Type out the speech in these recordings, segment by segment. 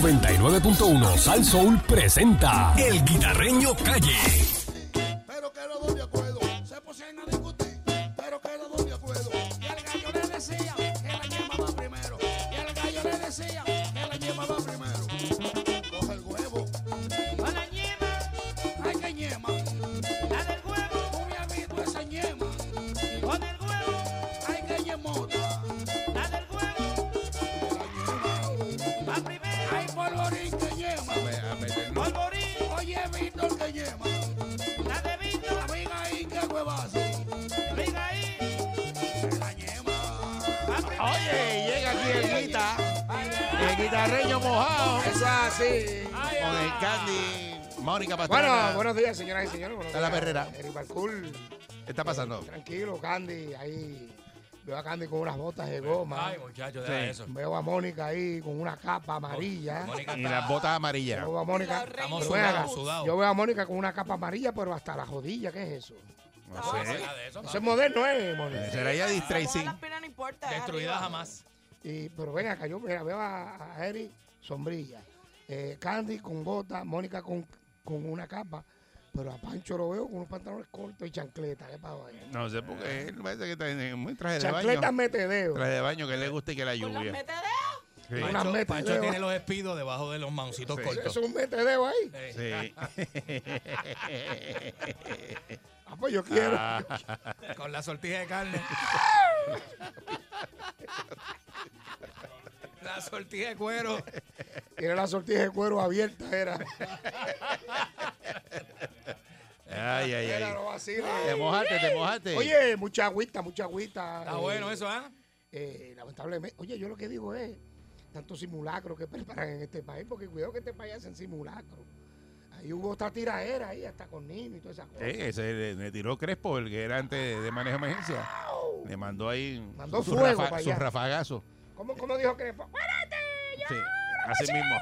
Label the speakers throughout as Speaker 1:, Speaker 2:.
Speaker 1: 99.1 Sal Soul presenta El Guitarreño Calle.
Speaker 2: pero que no doy de acuerdo. Se pusieron a discutir, pero que no doy de acuerdo. Y el gallo le decía que la yema va primero. Y el gallo le decía que la yema va primero. Coge el huevo,
Speaker 3: A la yema,
Speaker 2: hay que yema.
Speaker 3: la del huevo,
Speaker 2: Tú me has visto esa yema,
Speaker 3: con el huevo,
Speaker 2: hay que yemota.
Speaker 3: la del huevo,
Speaker 2: La yema,
Speaker 3: va primero,
Speaker 2: hay polvorín que yema.
Speaker 3: polvorín,
Speaker 2: Oye, Víctor que yema.
Speaker 3: la de Víctor,
Speaker 2: Amiga ahí que huevazo.
Speaker 3: venga ahí,
Speaker 2: La yema.
Speaker 3: va primero,
Speaker 4: Oye, llega aquí el guita, el guitarreño mojado
Speaker 5: Eso es así.
Speaker 4: con el
Speaker 6: ah.
Speaker 4: candy. Mónica Pastrana.
Speaker 5: Bueno, buenos días, señoras y señores. Buenos
Speaker 4: Hola,
Speaker 5: días.
Speaker 4: Perrera.
Speaker 5: Eric Balcour, Eh,
Speaker 4: ¿Qué está pasando?
Speaker 5: tranquilo, Candy, ahí. Veo a Candy con unas botas de goma.
Speaker 6: Ay, muchachos, deja
Speaker 4: Sí.
Speaker 6: eso. Oh,
Speaker 5: Veo a Mónica ahí con una capa amarilla.
Speaker 6: Mónica
Speaker 4: Y
Speaker 6: está-
Speaker 4: las botas amarillas.
Speaker 5: Veo a Mónica.
Speaker 6: Estamos
Speaker 5: Pero ven acá,
Speaker 6: sudados, sudados.
Speaker 5: Yo veo a Mónica con una capa amarilla, pero hasta la rodilla, ¿qué es eso?
Speaker 4: No sé.
Speaker 6: deja Ah, de
Speaker 5: Eso
Speaker 6: eso,
Speaker 5: es
Speaker 6: papi.
Speaker 5: moderno, ¿eh, Mónica?
Speaker 4: Será ella
Speaker 7: Todas
Speaker 4: distracing.
Speaker 7: las piernas no importa. es
Speaker 6: Destruida
Speaker 7: arriba.
Speaker 6: jamás.
Speaker 5: Y, pero ven acá, yo mira, veo a, a Eric sombrilla. eh, Candy con bota, Mónica con, con una capa. Pero a Pancho lo veo con unos pantalones cortos y chancleta. ¿Qué pasó ahí?
Speaker 4: No sé por qué. él Parece que está en muy traje de
Speaker 5: Chancletas
Speaker 4: baño.
Speaker 5: metedeo.
Speaker 4: Traje de baño que le gusta y que la
Speaker 7: Con los
Speaker 4: lluvia.
Speaker 7: metedeos.
Speaker 4: Sí.
Speaker 5: Una
Speaker 6: Pancho,
Speaker 5: meta,
Speaker 6: Pancho
Speaker 5: Leo.
Speaker 6: tiene los espidos debajo de los
Speaker 4: Sí.
Speaker 6: mancitos
Speaker 5: Eso
Speaker 6: cortos.
Speaker 5: es un metedeo ahí.
Speaker 6: Eh,
Speaker 4: Sí.
Speaker 5: Ah, pues yo quiero.
Speaker 6: Con la sortija de carne. la sortija de cuero.
Speaker 5: Tiene la sortija de cuero abierta, era.
Speaker 4: Ay, ay,
Speaker 5: Era,
Speaker 4: ay.
Speaker 5: no vacile.
Speaker 4: Te mojaste, te mojaste.
Speaker 5: Oye, mucha agüita, mucha agüita.
Speaker 6: Está
Speaker 5: eh,
Speaker 6: bueno eso, ¿ah?
Speaker 5: eh, lamentablemente. Oye, yo lo que digo es, tanto simulacro que preparan en este país, porque cuidado que este país hacen simulacro. Ahí hubo otra tiraera ahí, hasta con niños y todas esas cosas.
Speaker 4: Eh, ese le, le tiró Crespo, el que era antes de, de manejo de emergencia. Le mandó ahí
Speaker 5: Mandó fuego para
Speaker 4: su
Speaker 5: allá.
Speaker 4: rafagazo.
Speaker 5: ¿Cómo, cómo dijo que
Speaker 4: Sí, así mismo.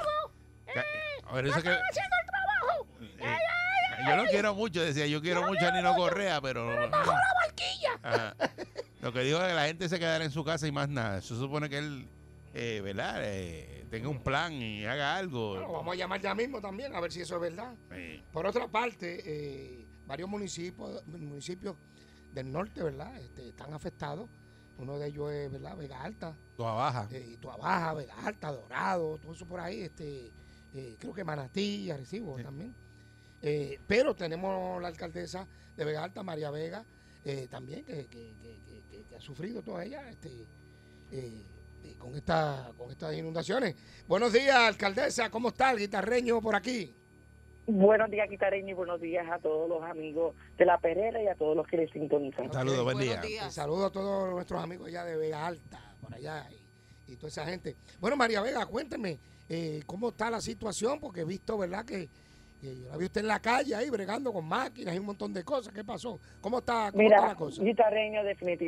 Speaker 4: Ca- Por eso que. Eh, Yo lo quiero mucho, decía, yo quiero mucho a Nino Correa, pero. bajó la barquilla! Lo que dijo es que la gente se quedara en su casa y más nada. Eso supone que él, eh, ¿verdad? Eh, tenga un plan y haga
Speaker 5: Bueno,
Speaker 4: algo. Eh,
Speaker 5: vamos a llamar ya mismo también, a ver si eso es verdad.
Speaker 4: Sí.
Speaker 5: Por otra parte, eh, varios municipios, municipios del norte, ¿verdad? Este, están afectados. Uno de ellos es, ¿verdad? Vega Alta,
Speaker 4: Toda baja.
Speaker 5: eh, Tua Baja, Vega Alta, Dorado, todo eso por ahí. Este, eh, creo que Manatí, Arecibo
Speaker 4: Sí.
Speaker 5: también. Eh, pero tenemos la alcaldesa de Vega Alta, María Vega, eh, también, que, que- que- que- que- que ha sufrido toda ella este, eh, eh, con, esta, con estas inundaciones. Buenos días, alcaldesa. ¿Cómo está el guitarreño por aquí?
Speaker 8: Buenos días, Guitareni, buenos días a todos los amigos de La Perera y a todos los que les sintonizan.
Speaker 4: Un saludo, buen
Speaker 7: Buenos
Speaker 4: día.
Speaker 5: Y
Speaker 7: días.
Speaker 5: saludo a todos nuestros amigos allá de Vega Alta, por allá, y, y toda esa gente. Bueno, María Vega, cuénteme, eh, ¿cómo está la situación? Porque he visto, ¿verdad? Que que yo la vi usted en la calle ahí bregando con máquinas y un montón de cosas. ¿Qué pasó? ¿Cómo está, cómo está
Speaker 8: Mira,
Speaker 5: la cosa?
Speaker 8: Guitarreño,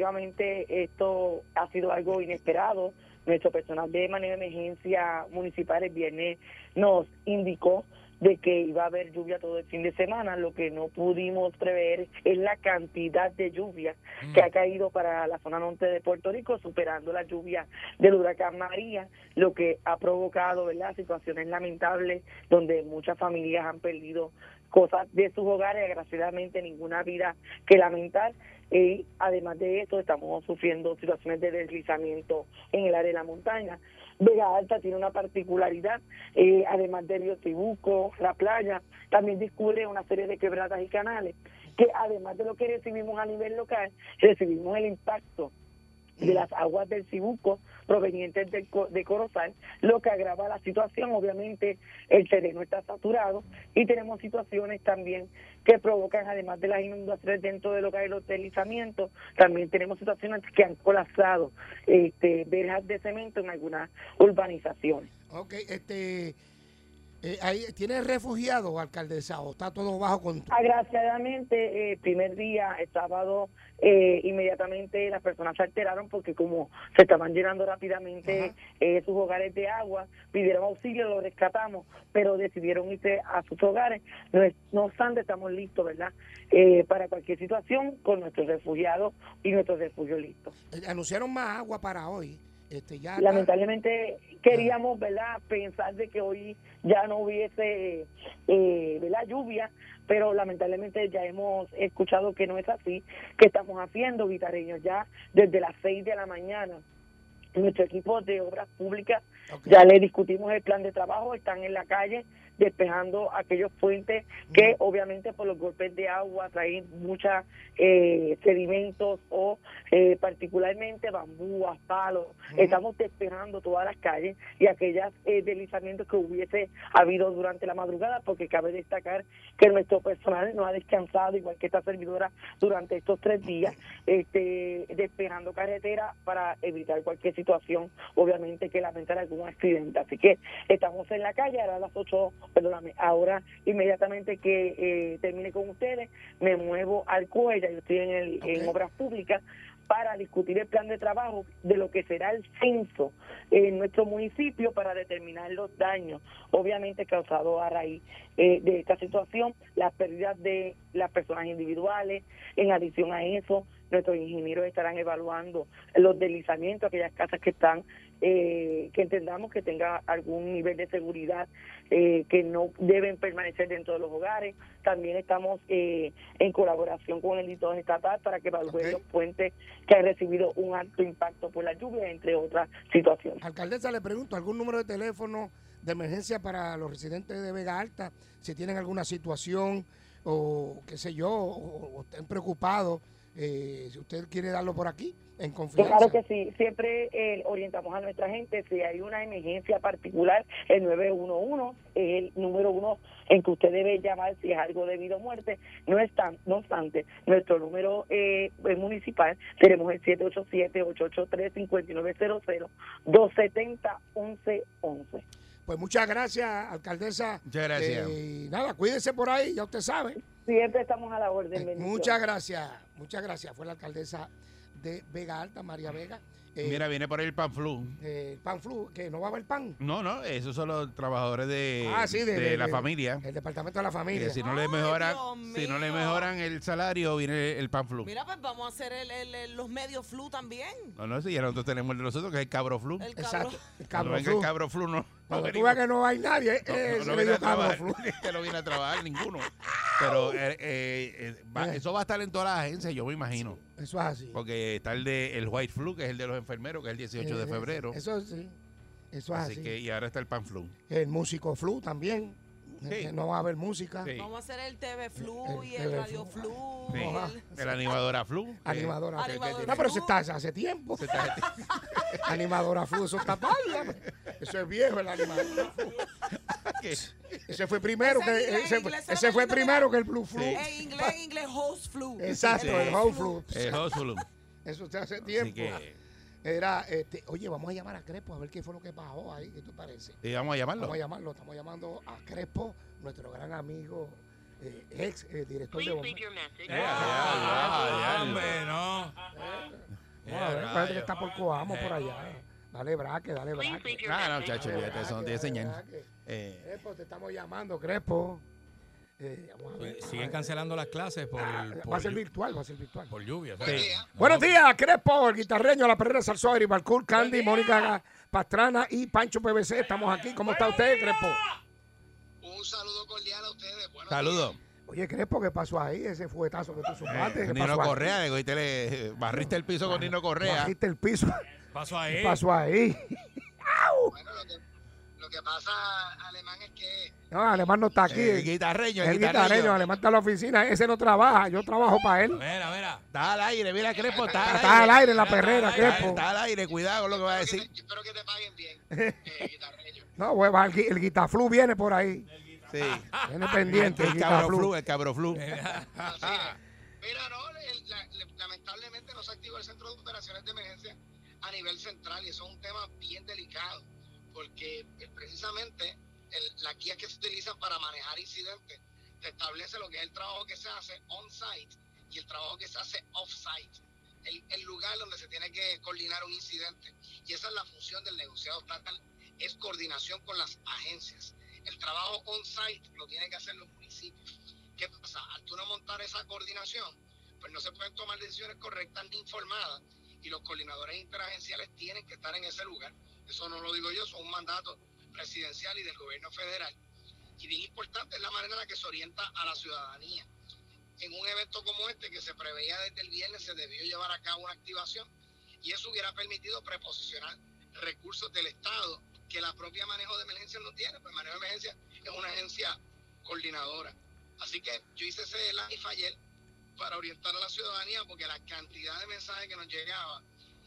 Speaker 8: definitivamente esto ha sido algo inesperado. Nuestro personal de manejo de emergencia municipal el viernes nos indicó de que iba a haber lluvia todo el fin de semana. Lo que no pudimos prever es la cantidad de lluvia
Speaker 5: Mm.
Speaker 8: que ha caído para la zona norte de Puerto Rico, superando la lluvia del huracán María, lo que ha provocado ¿verdad? situaciones lamentables donde muchas familias han perdido cosas de sus hogares, desgraciadamente ninguna vida que lamentar. Y además de eso, estamos sufriendo situaciones de deslizamiento en el área de la montaña. Vega Alta tiene una particularidad, eh, además del río Tibuco, la playa, también discurre una serie de quebradas y canales, que además de lo que recibimos a nivel local, recibimos el impacto de las aguas del Cibuco provenientes del co- de Corozal, lo que agrava la situación. Obviamente el terreno está saturado y tenemos situaciones también que provocan, además de las inundaciones dentro del hogar y los deslizamientos, también tenemos situaciones que han colapsado este, verjas de cemento en algunas urbanizaciones.
Speaker 5: Ok, este. eh, ahí, ¿Tiene refugiados, alcaldesa, o está todo bajo control?
Speaker 8: Agraciadamente, el primer día, el sábado, eh, inmediatamente las personas se alteraron porque como se estaban llenando rápidamente
Speaker 5: Ajá.
Speaker 8: eh, sus hogares de agua, pidieron auxilio, lo rescatamos, pero decidieron irse a sus hogares. No, es- no obstante, estamos listos, ¿verdad? Eh, para cualquier situación con nuestros refugiados y nuestros refugios listos.
Speaker 5: Eh, anunciaron más agua para hoy Este, ya está.
Speaker 8: lamentablemente queríamos verdad pensar de que hoy ya no hubiese eh, verdad lluvia pero lamentablemente ya hemos escuchado que no es así que estamos haciendo guitarreños ya desde las 6 de la mañana nuestro equipo de obras públicas
Speaker 5: Ok.
Speaker 8: ya le discutimos el plan de trabajo están en la calle despejando aquellos puentes que obviamente por los golpes de agua traen muchos sedimentos o eh, particularmente bambúas, palos. Estamos despejando todas las calles y aquellos deslizamientos que hubiese habido durante la madrugada, porque cabe destacar que nuestro personal no ha descansado, igual que esta servidora, durante estos tres días, este, despejando carretera para evitar cualquier situación, obviamente que lamentar algún accidente. Así que estamos en la calle, ahora a las 8, perdóname, ahora inmediatamente que eh, termine con ustedes, me muevo al Cuella, yo estoy en, el, en
Speaker 5: Ok.
Speaker 8: Obras Públicas, para discutir el plan de trabajo de lo que será el censo en nuestro municipio para determinar los daños, obviamente causados a raíz eh, de esta situación, las pérdidas de las personas individuales, en adición a eso, nuestros ingenieros estarán evaluando los deslizamientos, aquellas casas que están, eh, que entendamos que tenga algún nivel de seguridad, eh, que no deben permanecer dentro de los hogares. También estamos eh, en colaboración con el editor estatal para que evalúe
Speaker 5: Ok.
Speaker 8: los puentes que han recibido un alto impacto por la lluvia, entre otras situaciones.
Speaker 5: Alcaldesa, le pregunto, ¿algún número de teléfono de emergencia para los residentes de Vega Alta? Si tienen alguna situación o qué sé yo, o, o estén preocupados, eh, si usted quiere darlo por aquí, en confianza.
Speaker 8: Claro que sí, siempre eh, orientamos a nuestra gente, si hay una emergencia particular, el 911 es el número uno en que usted debe llamar si es algo de vida o muerte, no, están, no obstante, nuestro número eh, municipal tenemos el 787-883-5900, 270-1111.
Speaker 5: Pues muchas gracias, alcaldesa.
Speaker 4: Muchas gracias.
Speaker 5: Eh, nada, cuídense por ahí, ya usted sabe.
Speaker 8: Siempre estamos a la orden.
Speaker 5: Eh,
Speaker 8: bendiciones.
Speaker 5: muchas gracias, muchas gracias. Fue la alcaldesa de Vega Alta, María Vega. Eh,
Speaker 4: Mira, viene por ahí el Panflu.
Speaker 5: eh, pan flu, que no va a haber pan.
Speaker 4: No, no, esos son los trabajadores Eh, de,
Speaker 5: Ah, sí, de- de-
Speaker 4: la
Speaker 5: de-
Speaker 4: familia.
Speaker 5: El departamento de la familia.
Speaker 4: Que si no le
Speaker 7: Ay,
Speaker 4: mejoran,
Speaker 7: Dios
Speaker 4: si no le
Speaker 7: mío.
Speaker 4: mejoran el salario, viene el Panflu.
Speaker 7: Mira, pues vamos a hacer el- el- el- los medios flu también.
Speaker 4: No, no, si ya nosotros tenemos el de nosotros, que es el cabro flu.
Speaker 7: El cabrón.
Speaker 5: Exacto, el
Speaker 4: Cuando
Speaker 5: cabro
Speaker 4: venga
Speaker 5: flu.
Speaker 4: el cabro flu, no. no
Speaker 5: Cuando tú
Speaker 4: venimos.
Speaker 5: veas que no hay nadie, eh,
Speaker 4: No, no,
Speaker 5: eh, se
Speaker 4: no
Speaker 5: le
Speaker 4: viene
Speaker 5: dio
Speaker 4: a
Speaker 5: cabro
Speaker 4: trabajar,
Speaker 5: flu.
Speaker 4: que no viene a trabajar ninguno. Pero eh, eh, eh, va- eso va a estar en todas las agencias, yo me imagino.
Speaker 5: Eso es así.
Speaker 4: Porque está el de el White Flu, que es el de los enfermeros, que es el 18 de
Speaker 5: Eh,
Speaker 4: febrero.
Speaker 5: Eso sí. Eso es
Speaker 4: Así
Speaker 5: así.
Speaker 4: que, y ahora está el Pan Flu.
Speaker 5: El músico flu también. Eh,
Speaker 4: Sí.
Speaker 5: No va a haber música.
Speaker 4: Sí.
Speaker 7: Vamos a hacer el TV Flu
Speaker 5: El
Speaker 7: y el
Speaker 5: TV
Speaker 7: Radio
Speaker 5: Flu.
Speaker 7: Flu.
Speaker 4: Sí.
Speaker 7: y
Speaker 5: Ajá.
Speaker 7: el-
Speaker 4: El animadora Flu.
Speaker 5: Ah,
Speaker 4: que-
Speaker 5: Animadora.
Speaker 4: que- que-
Speaker 7: Animadora.
Speaker 5: No, pero eso está hace tiempo.
Speaker 4: se está-
Speaker 5: animadora flu, eso está pálida. Eso es viejo el animadora flu.
Speaker 4: que-
Speaker 5: Ese fue primero
Speaker 7: Ese en
Speaker 5: que
Speaker 7: inglés,
Speaker 5: ese,
Speaker 7: en inglés
Speaker 5: fue- ese
Speaker 7: solamente
Speaker 5: fue
Speaker 7: era-
Speaker 5: primero que el blue flu.
Speaker 4: Sí.
Speaker 7: En inglés, en inglés, host flu.
Speaker 5: Exacto,
Speaker 4: Sí.
Speaker 5: el home flu.
Speaker 4: el Hosulum.
Speaker 5: Eso se hace
Speaker 4: Así
Speaker 5: tiempo.
Speaker 4: que,
Speaker 5: Era, este, oye, vamos a llamar a Crespo a ver qué fue lo que bajó ahí, ¿qué te parece?
Speaker 4: y vamos a llamarlo.
Speaker 5: Vamos a llamarlo, estamos llamando a Crespo, nuestro gran amigo, eh, ex eh, director de bomberos.
Speaker 4: Ya, ya, ya, ya.
Speaker 6: Hombre,
Speaker 5: Vamos
Speaker 6: no.
Speaker 5: a ver,
Speaker 4: Ya,
Speaker 5: parece Eh, que
Speaker 4: rayo.
Speaker 5: está por Coamo, por allá. Dale braque, dale braque.
Speaker 4: Ah, no, chacho,
Speaker 5: Dale
Speaker 4: fíjate, eso no tiene
Speaker 5: braque, dale
Speaker 4: señal.
Speaker 5: braque.
Speaker 4: Eh,
Speaker 5: Crespo, te estamos llamando, Crespo. Eh, vamos a ver, vamos a
Speaker 6: Siguen
Speaker 5: ver.
Speaker 6: cancelando las clases por,
Speaker 4: Ah,
Speaker 5: Va a
Speaker 6: por,
Speaker 5: ser
Speaker 6: llu-
Speaker 5: virtual, va a ser virtual.
Speaker 6: por lluvia.
Speaker 5: Buenos días, Crespo, el guitarreño, la perrera Salsóer, Balcour, Candy, Mónica Pastrana y Pancho PBC. Estamos aquí. ¿Cómo está usted, Crespo?
Speaker 9: Un saludo cordial a ustedes. Buenos
Speaker 4: Saludos.
Speaker 5: Oye, Crespo, ¿qué pasó ahí? Ese fuetazo que tú sumaste. ¿Qué
Speaker 4: Nino
Speaker 5: Ah, pasó ahí?
Speaker 4: Eh, Correa, digo, y te le- eh, barriste el piso con Nino Correa.
Speaker 5: Bajiste el piso.
Speaker 6: Paso ahí.
Speaker 4: Eh.
Speaker 5: ¿Qué pasó ahí?
Speaker 9: días. Bueno, lo que, lo que pasa, Alemán, es que
Speaker 5: No, Alemán no está aquí.
Speaker 4: El
Speaker 5: El
Speaker 4: guitarreño, el
Speaker 5: guitarreño,
Speaker 4: guitarreño.
Speaker 5: Alemán está en la oficina. Ese no trabaja. Yo trabajo para él.
Speaker 6: Mira, mira.
Speaker 4: Está al aire, mira Crespo, está al
Speaker 5: Está al
Speaker 4: aire.
Speaker 5: aire en la perrera,
Speaker 4: Está-
Speaker 5: Crespo.
Speaker 4: Está al aire, cuidado con lo que va a
Speaker 9: espero que
Speaker 4: decir.
Speaker 9: te- yo espero que te paguen bien, eh, guitarreño.
Speaker 5: No, pues va, el, gui- el guitaflu viene por ahí.
Speaker 4: Sí.
Speaker 5: Viene
Speaker 4: Ah,
Speaker 5: pendiente.
Speaker 4: El cabroflu, el cabroflu.
Speaker 9: Así es. Mira, no, el- la- le- lamentablemente no se activó el centro de operaciones de emergencia a nivel central y eso es un tema bien delicado porque eh, precisamente el- las guías que se utilizan para manejar incidentes te establece lo que es el trabajo que se hace on-site y el trabajo que se hace off-site, el, el lugar donde se tiene que coordinar un incidente. Y esa es la función del negociado estatal, es coordinación con las agencias. El trabajo on-site lo tienen que hacer los municipios. ¿Qué pasa? Al tú no montar esa coordinación, pues no se pueden tomar decisiones correctas ni informadas y los coordinadores interagenciales tienen que estar en ese lugar. Eso no lo digo yo, eso es un mandato presidencial y del gobierno federal. Y bien importante es la manera en la que se orienta a la ciudadanía. En un evento como este que se preveía desde el viernes se debió llevar a cabo una activación y eso hubiera permitido preposicionar recursos del Estado que la propia manejo de emergencia no tiene, pues manejo de emergencia es una agencia coordinadora. Así que yo hice ese live ayer para orientar a la ciudadanía porque la cantidad de mensajes que nos llegaba,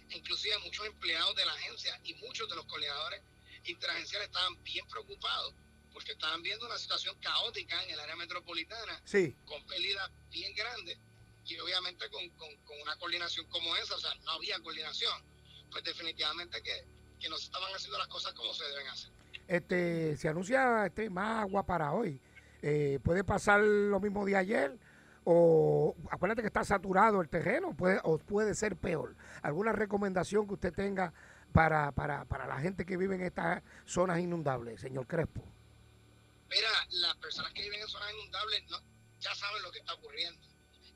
Speaker 9: inclusive muchos empleados de la agencia y muchos de los coordinadores interagenciales estaban bien preocupados porque estaban viendo una situación caótica en el área metropolitana
Speaker 5: Sí.
Speaker 9: con pérdidas bien grandes y obviamente con, con- con una coordinación como esa, o sea, no había coordinación, pues definitivamente que, que no se estaban haciendo las cosas como se deben hacer.
Speaker 5: Este, se anuncia este, más agua para hoy. Eh, puede pasar lo mismo de ayer o acuérdate que está saturado el terreno puede, o puede ser peor. ¿Alguna recomendación que usted tenga para, para, para la gente que vive en estas zonas inundables, señor Crespo?
Speaker 9: Mira, las personas que viven en zonas inundables no, ya saben lo que está ocurriendo.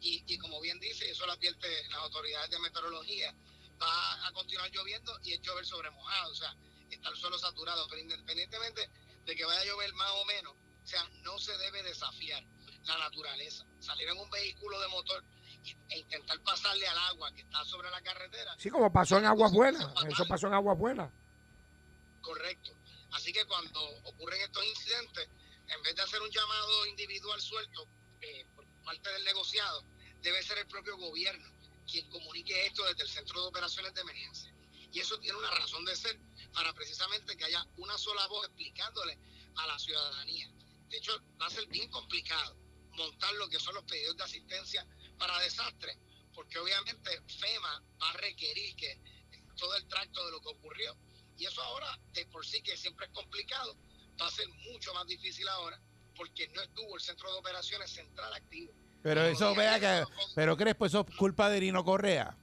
Speaker 9: Y, y como bien dice, eso lo advierte las autoridades de meteorología, va a continuar lloviendo y es llover sobre mojado, o sea, está el suelo saturado, pero independientemente de que vaya a llover más o menos, o sea, no se debe desafiar la naturaleza. Salir en un vehículo de motor y- e intentar pasarle al agua que está sobre la carretera
Speaker 5: Sí, como pasó en Aguas Buenas. Eso pasó en Aguas Buenas.
Speaker 9: Eh, Correcto. Así que cuando ocurren estos incidentes, en vez de hacer un llamado individual suelto eh, por parte del negociado, debe ser el propio gobierno quien comunique esto desde el Centro de Operaciones de Emergencia. Y eso tiene una razón de ser para precisamente que haya una sola voz explicándole a la ciudadanía. De hecho, va a ser bien complicado montar lo que son los pedidos de asistencia para desastres, porque obviamente FEMA va a requerir que todo el tracto de lo que ocurrió y eso ahora, de por sí que siempre es complicado, va a ser mucho más difícil ahora porque no estuvo el centro de operaciones central activo.
Speaker 4: Pero eso, vea que. Pero Crespo, eso es culpa de Nino Correa.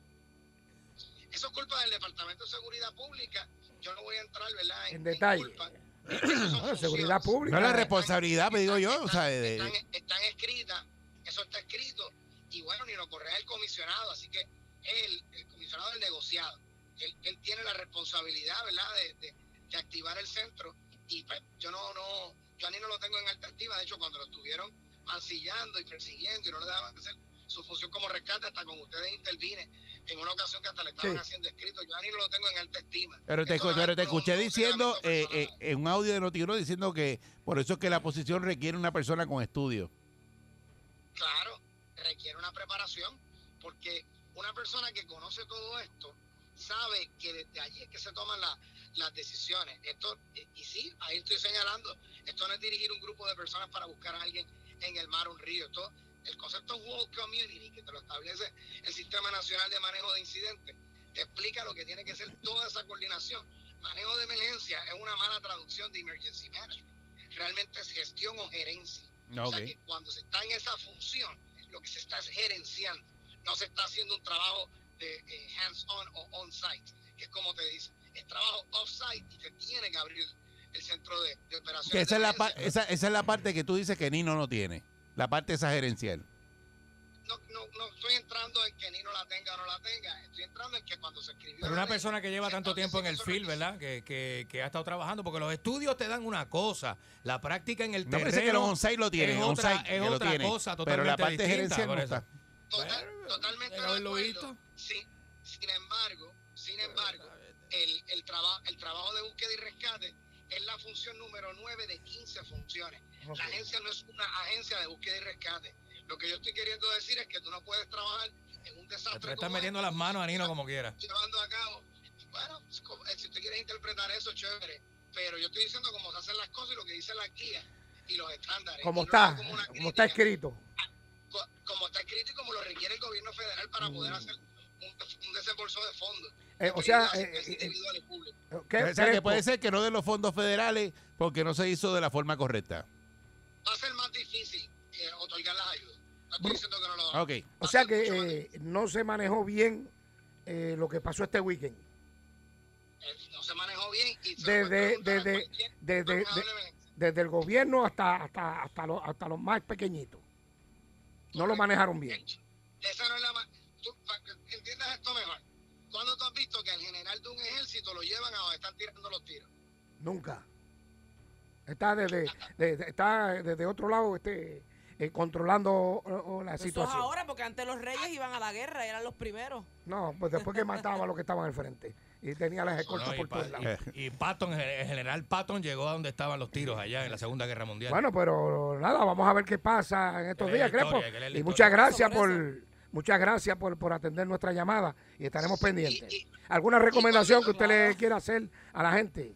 Speaker 9: Eso es culpa del Departamento de Seguridad Pública. Yo no voy a entrar, ¿verdad?
Speaker 5: En detalle.
Speaker 9: culpa.
Speaker 5: Bueno, seguridad pública.
Speaker 4: No la responsabilidad, me digo yo. O sea, de- de-
Speaker 9: Están, están escritas, eso está escrito. Y bueno, Nino Correa es el comisionado, así que él, el comisionado del negociado, él, él tiene la responsabilidad, ¿verdad?, de, de- de activar el centro. Y pues, yo no, no, yo a Nino lo tengo en alta estima. De hecho, cuando lo estuvieron mancillando y persiguiendo y no le daban hacer su función como rescate, hasta con ustedes intervine en una ocasión que hasta le estaban
Speaker 5: Sí.
Speaker 9: haciendo escrito. Yo a Nino lo tengo en alta estima.
Speaker 4: pero te,
Speaker 9: Esto no es
Speaker 4: pero te
Speaker 9: algo-
Speaker 4: escuché
Speaker 9: no es un
Speaker 4: diciendo,
Speaker 9: entrenamiento
Speaker 4: eh, eh,
Speaker 9: personal.
Speaker 4: en un audio de Notiuno, diciendo que por eso es que la posición requiere una persona con estudio.
Speaker 9: Claro, requiere una preparación, porque una persona que conoce todo esto sabe que desde allí es que se toman la- las decisiones. Esto, y sí, ahí estoy señalando, esto no es dirigir un grupo de personas para buscar a alguien en el mar o un río. Esto, el concepto World Community, que te lo establece el Sistema Nacional de Manejo de Incidentes, te explica lo que tiene que ser toda esa coordinación. Manejo de emergencia es una mala traducción de emergency management. Realmente es gestión o gerencia. O sea que cuando se está en esa función, lo que se está es gerenciando. No se está haciendo un trabajo de eh, hands-on o on-site, que es como te dice. Es trabajo off-site y se tiene que abrir el centro de, de operaciones.
Speaker 4: Que esa, es
Speaker 9: de
Speaker 4: la, pa-
Speaker 9: emergencia.
Speaker 4: esa, esa es la parte que tú dices que Nino no tiene. La parte esa gerencial.
Speaker 9: no, no, no estoy entrando en que Nino la tenga o no la tenga. Estoy entrando en que cuando se escribió.
Speaker 6: Pero
Speaker 9: la
Speaker 6: una
Speaker 9: ley,
Speaker 6: persona que lleva
Speaker 9: se
Speaker 6: tanto tiempo en el
Speaker 9: establecen
Speaker 6: field,
Speaker 9: esos
Speaker 6: ¿verdad? Que, que, que ha estado trabajando, porque los estudios te dan una cosa, la práctica en el
Speaker 4: No
Speaker 6: terreno
Speaker 4: parece que los on-site lo tienen.
Speaker 6: es otra,
Speaker 4: on-site
Speaker 6: es
Speaker 4: que lo
Speaker 6: otra
Speaker 4: tienen,
Speaker 6: cosa
Speaker 4: pero la
Speaker 6: totalmente
Speaker 4: parte
Speaker 6: distinta,
Speaker 4: gerencial no
Speaker 6: por eso.
Speaker 4: está.
Speaker 9: Total-
Speaker 6: Bueno,
Speaker 9: totalmente de
Speaker 6: pero haberlo
Speaker 9: acuerdo.
Speaker 6: visto.
Speaker 9: Sí, sin embargo, sin embargo, el, el, traba- el trabajo de búsqueda y rescate es la función número 9 de 15 funciones. La agencia no es una agencia de búsqueda y rescate. Lo que yo estoy queriendo decir es que tú no puedes trabajar en un desastre.
Speaker 6: Pero estás
Speaker 9: como
Speaker 6: metiendo
Speaker 9: este,
Speaker 6: las manos a Nino como quiera.
Speaker 9: llevando a cabo. Bueno, es como- eh, si usted quiere interpretar eso, chévere. Pero yo estoy diciendo cómo se hacen las cosas y lo que dicen las guías y los estándares.
Speaker 5: Como
Speaker 9: Y no lo hago
Speaker 5: está,
Speaker 9: como una
Speaker 5: como está
Speaker 9: crítica
Speaker 5: escrito.
Speaker 9: co- como está escrito y como lo requiere el gobierno federal para poder hacer un, un desembolso de fondos.
Speaker 5: Mm. Eh, o sea,
Speaker 9: Debido a
Speaker 5: eh,
Speaker 9: asistencia
Speaker 5: eh, eh,
Speaker 9: individual y pública.
Speaker 5: ¿qué-
Speaker 4: O sea, que
Speaker 5: Crespo?
Speaker 4: puede ser que no de los fondos federales porque no se hizo de la forma correcta.
Speaker 9: va a ser más difícil eh, otorgar las ayudas. No estoy diciendo que no lo haga.
Speaker 4: Ok.
Speaker 5: O sea que eh, no se manejó bien eh, lo que pasó este weekend.
Speaker 9: Eh, no se manejó bien y se lo
Speaker 5: Desde,
Speaker 9: puede preguntar a
Speaker 5: desde,
Speaker 9: cualquier
Speaker 5: desde, de-
Speaker 9: responsable.
Speaker 5: desde el gobierno hasta, hasta, hasta, los, hasta los más pequeñitos. No lo manejaron bien.
Speaker 9: Esa no es la ma- tú, para que entiendas esto mejor. Cuando lo llevan a donde están tirando los tiros.
Speaker 5: Nunca. Está desde, de- de- está desde otro lado este, eh, controlando o- o la
Speaker 7: Eso es
Speaker 5: situación.
Speaker 7: Pues ahora, porque antes los reyes iban a la guerra, eran los primeros.
Speaker 5: No, pues después que mataba a los que estaban al frente. Y tenía las escoltas
Speaker 6: No, y,
Speaker 5: por
Speaker 6: Pa-
Speaker 5: todos lados.
Speaker 4: Eh.
Speaker 6: y- y Patton, el- el general Patton llegó a donde estaban los tiros allá en la Segunda Guerra Mundial.
Speaker 5: Bueno, pero nada, vamos a ver qué pasa en estos
Speaker 6: Que lea
Speaker 5: días,
Speaker 6: la historia,
Speaker 5: Crepo.
Speaker 6: que lea la
Speaker 5: Y
Speaker 6: historia.
Speaker 5: muchas gracias
Speaker 7: Por
Speaker 5: por,
Speaker 7: eso.
Speaker 5: muchas gracias por, por atender nuestra llamada y estaremos pendientes.
Speaker 9: y-
Speaker 5: ¿Alguna recomendación que usted le
Speaker 9: Claro.
Speaker 5: quiera hacer a la gente?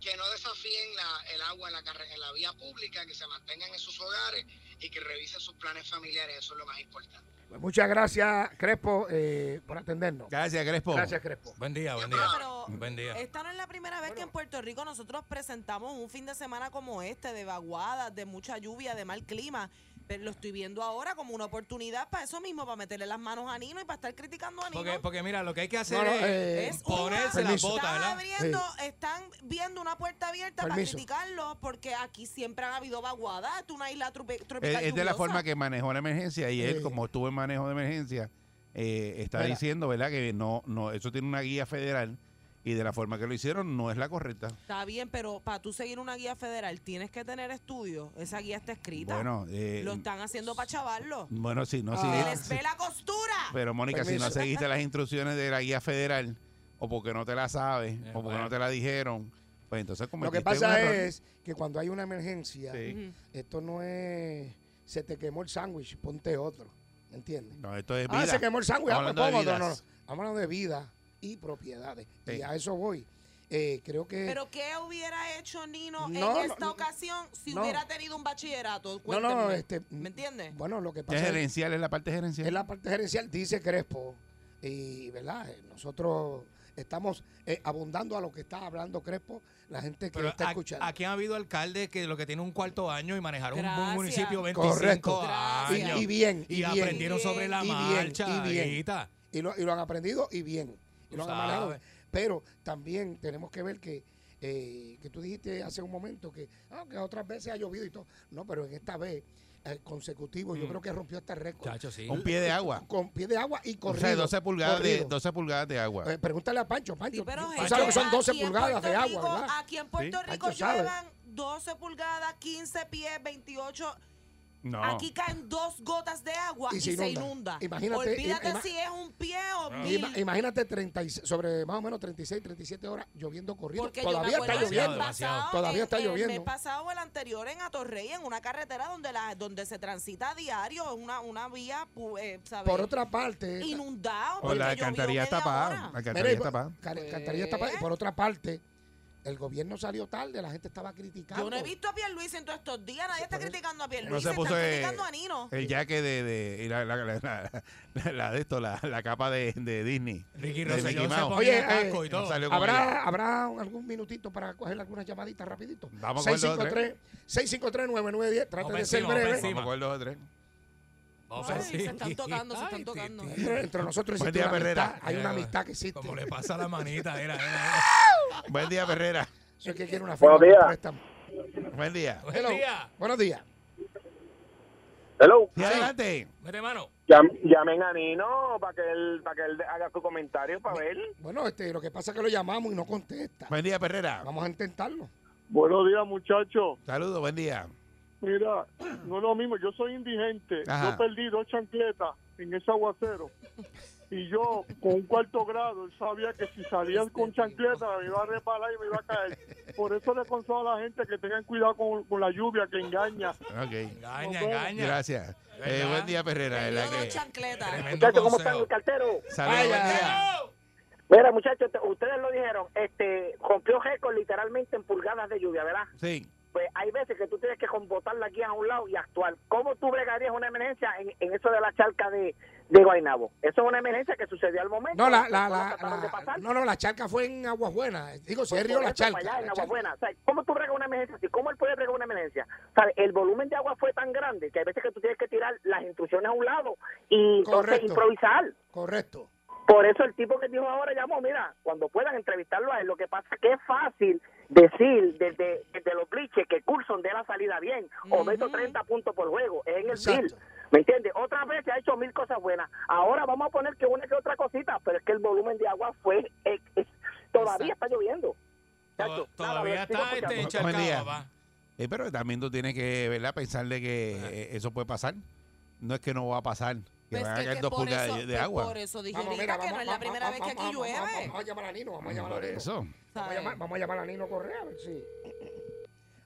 Speaker 9: que no desafíen la- el agua en la, carre- en la vía pública, que se mantengan en sus hogares y que revisen sus planes familiares, eso es lo más importante.
Speaker 5: Pues muchas gracias, Crespo, eh, por atendernos.
Speaker 4: Gracias, Crespo.
Speaker 5: Gracias, Crespo.
Speaker 6: Buen día, buen día.
Speaker 7: No, pero
Speaker 6: Ah,
Speaker 7: este
Speaker 6: Buen día.
Speaker 7: esta no es la primera vez que en Puerto Rico nosotros presentamos un fin de semana como este, de vaguadas, de mucha lluvia, de mal clima. Pero lo estoy viendo ahora como una oportunidad para eso mismo, para meterle las manos a Nino y para estar criticando a Nino.
Speaker 6: Porque, porque mira, lo que hay que hacer
Speaker 5: No, no,
Speaker 6: es,
Speaker 5: eh,
Speaker 7: Es
Speaker 6: ponerse
Speaker 7: una-
Speaker 6: las
Speaker 5: permiso.
Speaker 6: botas,
Speaker 7: están
Speaker 6: ¿verdad?
Speaker 7: abriendo, están viendo una puerta abierta
Speaker 5: Permiso.
Speaker 7: para criticarlo, porque aquí siempre han habido vaguadas. Esto es una isla tropi-
Speaker 4: Es,
Speaker 7: tropical.
Speaker 4: es de la
Speaker 7: lluviosa.
Speaker 4: forma que manejó la emergencia y él,
Speaker 5: Sí.
Speaker 4: como estuvo en manejo de emergencia, eh, está
Speaker 5: Mira.
Speaker 4: diciendo, ¿verdad? Que no, no, eso tiene una guía federal y de la forma que lo hicieron no es la correcta.
Speaker 7: Está bien, pero para tú seguir una guía federal tienes que tener estudios. Esa guía está escrita.
Speaker 4: Bueno, eh,
Speaker 7: lo están haciendo para chavarlo.
Speaker 4: bueno, sí, no, sí,
Speaker 5: Ah.
Speaker 7: Se
Speaker 4: eh,
Speaker 7: les ve la costura.
Speaker 4: Pero Mónica, si no
Speaker 5: Permiso.
Speaker 4: seguiste las instrucciones de la guía federal, o porque no te la sabes, o porque
Speaker 6: Eh, bueno.
Speaker 4: no te la dijeron, pues entonces
Speaker 5: Lo que
Speaker 4: cometiste un
Speaker 5: pasa
Speaker 4: error.
Speaker 5: es que cuando hay una emergencia,
Speaker 4: Sí.
Speaker 7: Ujú.
Speaker 5: esto no es se te quemó el sándwich, ponte otro. ¿Me entiendes?
Speaker 4: No, esto es vida.
Speaker 5: Ah, se quemó el sándwich. Ah, pues
Speaker 4: Hablando de
Speaker 5: vamos, no, no, no.
Speaker 4: vidas.
Speaker 5: Estamos hablando de vida y propiedades. Y
Speaker 4: Sí.
Speaker 5: a eso voy. Eh, creo que.
Speaker 7: Pero ¿qué hubiera hecho Nino
Speaker 5: No,
Speaker 7: en esta
Speaker 5: no,
Speaker 7: ocasión si
Speaker 5: no.
Speaker 7: hubiera tenido un bachillerato?
Speaker 5: no,
Speaker 7: Cuéntenme.
Speaker 5: no, este.
Speaker 7: ¿Me entiendes?
Speaker 5: Bueno, lo que
Speaker 4: Ya es
Speaker 5: pasa es,
Speaker 4: gerencial, es la parte gerencial.
Speaker 5: es la parte gerencial, dice Crespo. Y, ¿verdad? Eh, Nosotros estamos eh, abundando a lo que está hablando Crespo, la gente que
Speaker 6: Pero
Speaker 5: está
Speaker 6: a-
Speaker 5: escuchando.
Speaker 6: aquí han habido alcaldes que lo que tienen un cuarto año y manejaron un- un
Speaker 7: Gracias.
Speaker 6: municipio 25
Speaker 5: Correcto. Y,
Speaker 6: años.
Speaker 5: y bien,
Speaker 6: Y
Speaker 5: y, bien.
Speaker 6: aprendieron sobre la
Speaker 5: y bien,
Speaker 6: marcha.
Speaker 5: y bien.
Speaker 6: amiguita.
Speaker 5: y lo, y lo han aprendido y bien. Y
Speaker 6: Tú
Speaker 5: lo han
Speaker 6: sabes.
Speaker 5: manejado. Pero también tenemos que ver que, eh, que tú dijiste hace un momento que, ah, que otras veces ha llovido y todo. No, pero en esta vez, eh, consecutivo, yo creo que rompió este récord.
Speaker 6: Mm. Chacho, sí.
Speaker 4: Un pie de agua.
Speaker 5: Con pie de agua y
Speaker 4: O
Speaker 5: corrido.
Speaker 4: sea, 12 pulgadas, de,
Speaker 5: corrido.
Speaker 4: 12 pulgadas de agua.
Speaker 5: Eh, pregúntale a Pancho, Pancho.
Speaker 7: Sí, pero
Speaker 5: tú
Speaker 7: gente,
Speaker 5: sabes que son 12
Speaker 7: aquí en
Speaker 5: pulgadas de
Speaker 7: Puerto
Speaker 5: agua,
Speaker 7: Rico-
Speaker 5: ¿verdad?
Speaker 7: Aquí en Puerto
Speaker 4: Sí.
Speaker 7: Rico
Speaker 5: Pancho sabe.
Speaker 7: llevan 12 pulgadas, 15 pies, 28.
Speaker 4: No.
Speaker 7: Aquí caen dos gotas de agua
Speaker 5: Y
Speaker 7: y,
Speaker 5: se
Speaker 7: se,
Speaker 5: inunda.
Speaker 7: inunda.
Speaker 5: Imagínate,
Speaker 7: Olvídate
Speaker 5: ima-
Speaker 7: si es un pie o
Speaker 6: Ah.
Speaker 7: mil.
Speaker 5: Ima- imagínate 30, y- sobre más o menos 36, 37 horas lloviendo corrido.
Speaker 7: Porque
Speaker 5: Todavía
Speaker 7: yo me
Speaker 5: está
Speaker 7: acuerdo el
Speaker 5: lloviendo.
Speaker 7: mes pasado,
Speaker 6: Demasiado.
Speaker 5: Todavía
Speaker 7: en-
Speaker 5: está lloviendo.
Speaker 7: El mes pasado, el anterior, en Atorrey, en una carretera donde la donde se transita a diario, una, una vía, pu- eh, ¿sabes?
Speaker 5: Por otra parte,
Speaker 4: O la
Speaker 7: Inundado. porque llovió
Speaker 4: alcantarilla
Speaker 7: media
Speaker 4: tapada. La
Speaker 7: hora.
Speaker 5: Mira, y pues,
Speaker 4: alcantarilla
Speaker 5: por-
Speaker 4: tapada.
Speaker 5: car- alcantarilla tapada. Y por otra parte, el gobierno salió tarde, la gente estaba criticando.
Speaker 7: Yo no he visto a Pierluisi en todos estos días. Nadie está criticando a Pierluisi.
Speaker 4: No se puso
Speaker 7: están
Speaker 4: eh,
Speaker 7: criticando a Nino.
Speaker 4: el jaque de, de y la, la, la- la- la- la de esto, la, la capa de, de Disney.
Speaker 6: Ricky
Speaker 4: De
Speaker 6: Rosselló
Speaker 4: Mickey
Speaker 6: se
Speaker 4: Mouse.
Speaker 5: Oye,
Speaker 6: ponía el
Speaker 5: eh,
Speaker 6: casco y todo.
Speaker 4: salió con
Speaker 5: ¿Habrá, ¿Habrá algún minutito para coger algunas llamaditas rapidito?
Speaker 4: Vamos con dos o
Speaker 5: 653 653-9910. Trate
Speaker 6: Vamos
Speaker 5: de ser
Speaker 6: encima, vamos
Speaker 5: breve.
Speaker 6: encima.
Speaker 4: Vamos con los dos o tres.
Speaker 6: Vamos
Speaker 7: Ay,
Speaker 6: a decir.
Speaker 7: se están tocando, se están
Speaker 6: Ay,
Speaker 7: tocando.
Speaker 6: Titi.
Speaker 5: Entre, entre nosotros
Speaker 4: Buen
Speaker 5: existe
Speaker 4: día,
Speaker 5: una amistad,
Speaker 4: Herrera.
Speaker 5: hay una
Speaker 6: Mira,
Speaker 5: amistad que existe.
Speaker 6: Como le pasa la manita, era, era.
Speaker 4: Buen día, Herrera.
Speaker 5: Eso es que quiere una firma
Speaker 10: Buenos
Speaker 5: de
Speaker 10: días.
Speaker 5: préstamo.
Speaker 4: Buen día.
Speaker 6: Buen
Speaker 5: Hello.
Speaker 6: día.
Speaker 5: Buenos días.
Speaker 10: Hello.
Speaker 4: Sí, adelante.
Speaker 6: Mete mano.
Speaker 10: Llam- llamen a Nino para que él, para que él haga su comentario para ver.
Speaker 5: Bueno, este, lo que pasa es que lo llamamos y no contesta.
Speaker 4: Buen día, Herrera.
Speaker 5: Vamos a intentarlo.
Speaker 10: Buenos días, muchachos.
Speaker 4: Saludos, buen día.
Speaker 10: Mira, no es lo mismo. Yo soy indigente.
Speaker 4: Ajá.
Speaker 10: Yo perdí dos chancletas en ese aguacero. Y yo, con un cuarto grado, él sabía que si salía con chancletas me iba a reparar y me iba a caer. Por eso le aconsejo a la gente que tengan cuidado con, con la lluvia que engaña.
Speaker 4: Ok.
Speaker 6: Engaña,
Speaker 10: Ok.
Speaker 6: engaña.
Speaker 4: Gracias. Eh,
Speaker 6: ¿Verdad?
Speaker 4: buen día, Herrera. de
Speaker 7: Perdió
Speaker 4: ¿verdad
Speaker 7: dos
Speaker 4: que-
Speaker 7: chancletas.
Speaker 6: Tremendo
Speaker 10: Muchachos, ¿cómo están,
Speaker 6: consejo.
Speaker 10: mi cartero?
Speaker 4: Saludos, buen
Speaker 5: Vaya.
Speaker 4: día.
Speaker 10: Mira, muchachos, ustedes lo dijeron. Este, rompió récord literalmente en pulgadas de lluvia, ¿verdad?
Speaker 4: Sí.
Speaker 10: pues hay veces que tú tienes que convotar la guía a un lado y actuar. ¿Cómo tú bregarías una emergencia en, en eso de la charca de, de Guaynabo? Eso es una emergencia que sucedió al momento.
Speaker 5: No, la, la,
Speaker 10: Eso no
Speaker 5: la,
Speaker 10: trataron de
Speaker 5: la-
Speaker 10: pasar.
Speaker 5: no, no, la charca fue en Aguas Buenas. Digo, se
Speaker 10: Pues
Speaker 5: rió
Speaker 10: por
Speaker 5: la
Speaker 10: eso, para
Speaker 5: charca.
Speaker 10: allá en
Speaker 5: la
Speaker 10: Agua
Speaker 5: charca.
Speaker 10: Buena. O sea, ¿Cómo tú bregas una emergencia así? ¿Cómo él puede bregar una emergencia? O sea, el volumen de agua fue tan grande que hay veces que tú tienes que tirar las instrucciones a un lado y entonces
Speaker 5: Correcto.
Speaker 10: improvisar.
Speaker 5: Correcto.
Speaker 10: Por eso el tipo que dijo ahora llamó, mira, cuando puedan entrevistarlo a él, lo que pasa es que es fácil decir desde, desde los clichés que Coulson dé la salida bien o meto 30 puntos por juego, es en el
Speaker 5: Exacto.
Speaker 10: field. ¿Me entiendes? Otra vez se ha hecho mil cosas buenas. Ahora vamos a poner que una que otra cosita, pero es que el volumen de agua fue... eh, eh,
Speaker 11: Todavía está lloviendo.
Speaker 6: To- Todavía
Speaker 11: sigo
Speaker 6: está este
Speaker 11: escuchando.
Speaker 4: Buen día.
Speaker 6: encharcado, papá.
Speaker 4: Eh, pero también tú tienes que ¿verdad? pensar de que eh, eso puede pasar. No es que no va a pasar. Que
Speaker 7: Pues
Speaker 4: van a
Speaker 7: que-
Speaker 4: caer
Speaker 7: que
Speaker 4: dos
Speaker 7: por
Speaker 4: pulgadas
Speaker 7: eso-
Speaker 4: de, de
Speaker 7: pues
Speaker 4: agua.
Speaker 7: Por eso dije
Speaker 5: Vamos,
Speaker 7: ahorita
Speaker 5: mira,
Speaker 7: que no
Speaker 5: vamos,
Speaker 7: es la primera vez que aquí
Speaker 5: vamos, vamos,
Speaker 7: llueve.
Speaker 5: Vamos a llamar a Nino, vamos a llamar
Speaker 4: Mm,
Speaker 5: a
Speaker 4: Por
Speaker 5: Nino.
Speaker 4: eso.
Speaker 5: Vamos a llamar, vamos a llamar a Nino Correa a ver si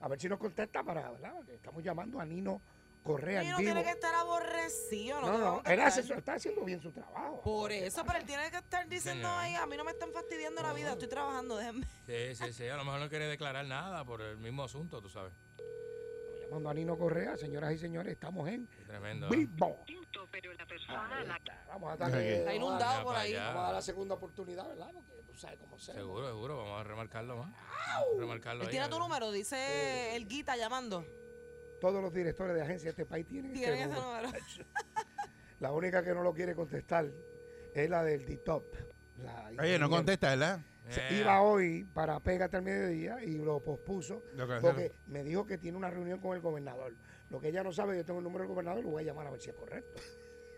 Speaker 5: a ver si nos contesta para, ¿verdad? Porque estamos llamando a Nino Correa
Speaker 7: Nino
Speaker 5: en vivo.
Speaker 7: tiene que estar aborrecido. No,
Speaker 5: no,
Speaker 7: te va a
Speaker 5: no, él
Speaker 7: contestar.
Speaker 5: hace eso, está haciendo bien su trabajo.
Speaker 7: Por eso, pero él tiene que estar diciendo,
Speaker 6: Señor.
Speaker 7: ay, a mí no me están fastidiando la vida, estoy trabajando, déjenme.
Speaker 6: Sí, sí, sí. A lo mejor no quiere declarar nada por el mismo asunto, tú sabes.
Speaker 5: Llamando a Nino Correa, señoras y señores, estamos en
Speaker 6: Qué Tremendo. ¿eh?
Speaker 5: vivo. Ahí está, Vamos a darle,
Speaker 7: Está
Speaker 5: vamos a-
Speaker 7: inundado
Speaker 6: Ya
Speaker 7: por
Speaker 6: pa'
Speaker 7: ahí.
Speaker 6: allá.
Speaker 5: Vamos a dar la segunda oportunidad, ¿verdad? Porque tú sabes cómo ser.
Speaker 6: Seguro, seguro. Vamos a remarcarlo más. Remarcarlo
Speaker 7: Él
Speaker 6: ahí.
Speaker 7: tiene
Speaker 6: a
Speaker 7: tu
Speaker 6: ver.
Speaker 7: número, dice el guita llamando.
Speaker 5: Todos los directores de agencias de este país tienen,
Speaker 7: Tiene
Speaker 5: este
Speaker 7: ese
Speaker 5: número.
Speaker 7: número.
Speaker 5: La única que no lo quiere contestar es la del D-Top. la
Speaker 4: Oye, no
Speaker 5: ingeniera.
Speaker 4: contesta, ¿verdad?
Speaker 5: Se
Speaker 6: Eh,
Speaker 5: iba hoy para Pégate al mediodía y lo pospuso
Speaker 4: Lo que-
Speaker 5: porque me dijo que tiene una reunión con el gobernador. Lo que ella no sabe, yo tengo el número del gobernador, lo voy a llamar a ver si es correcto.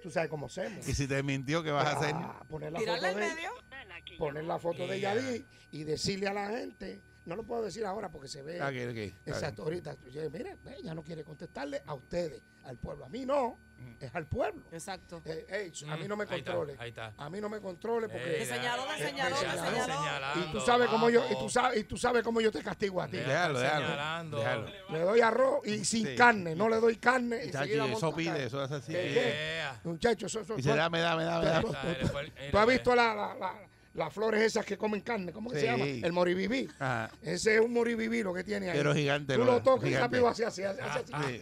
Speaker 5: Tú sabes cómo hacemos.
Speaker 4: Y si te mintió, ¿qué vas a hacer?
Speaker 5: Ah, Poner la
Speaker 7: Tirarle
Speaker 5: foto
Speaker 7: al
Speaker 5: de,
Speaker 7: medio.
Speaker 5: poner la foto de
Speaker 6: Ya.
Speaker 5: Yadí y decirle a la gente, no lo puedo decir ahora porque se ve
Speaker 4: Ah, ok, ok, está
Speaker 5: exacto ahorita. Oye, mire, ve, ella no quiere contestarle a ustedes, al pueblo. A mí no,
Speaker 4: Mm.
Speaker 5: es al pueblo.
Speaker 7: Exacto.
Speaker 5: Eh, hey, a mí
Speaker 6: Mm,
Speaker 5: no me
Speaker 6: ahí está,
Speaker 5: controle.
Speaker 6: ahí está.
Speaker 5: A mí no me controle porque
Speaker 7: Te señaló, te
Speaker 5: eh,
Speaker 7: señaló,
Speaker 5: me
Speaker 7: te
Speaker 5: señaló.
Speaker 7: señaló.
Speaker 5: Y tú sabes cómo yo, y tú sabes, y tú sabes cómo yo te castigo a ti.
Speaker 4: bien. Déjalo, déjalo,
Speaker 6: señalando.
Speaker 4: déjalo.
Speaker 5: Le doy arroz y sin
Speaker 4: Sí.
Speaker 5: carne, no le doy carne.
Speaker 4: Y
Speaker 5: enseguida
Speaker 4: chachi,
Speaker 5: monto
Speaker 4: eso
Speaker 5: acá.
Speaker 4: pide, eso hace así.
Speaker 6: Yeah.
Speaker 5: Muchachos, eso, eso-
Speaker 4: Y se dame, dame, dame, dame.
Speaker 5: Tú-
Speaker 6: Ah, él fue el- él
Speaker 5: ¿Tú has
Speaker 6: fue-
Speaker 5: visto la- la- la- las flores esas que comen carne? ¿Cómo que
Speaker 4: Sí.
Speaker 5: se llama? El moribibí.
Speaker 4: Ajá.
Speaker 5: Ese es un moribibí lo que tiene ahí.
Speaker 4: Pero gigante,
Speaker 5: Tú
Speaker 4: Lola,
Speaker 5: lo tocas y
Speaker 4: gigante. Ah,
Speaker 5: rápido hacia hacia hacia así.
Speaker 4: Sí.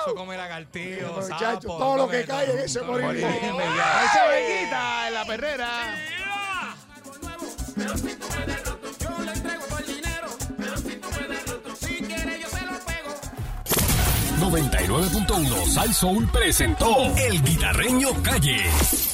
Speaker 6: Eso come lagartijo,
Speaker 5: Muchachos,
Speaker 6: sapo.
Speaker 5: todo lo
Speaker 6: come
Speaker 5: que cae en
Speaker 6: todo.
Speaker 5: ese
Speaker 6: Todo
Speaker 5: moribí.
Speaker 4: Moribí,
Speaker 6: moribí.
Speaker 4: me llama. Ahí se ve, quita, en la perrera.
Speaker 3: Pero si tú me das roto, yo le entrego todo el dinero. Pero si tú me das roto, si quieres, yo se lo pego.
Speaker 1: 99.1 Sal Soul presentó El Guitarreño Calle.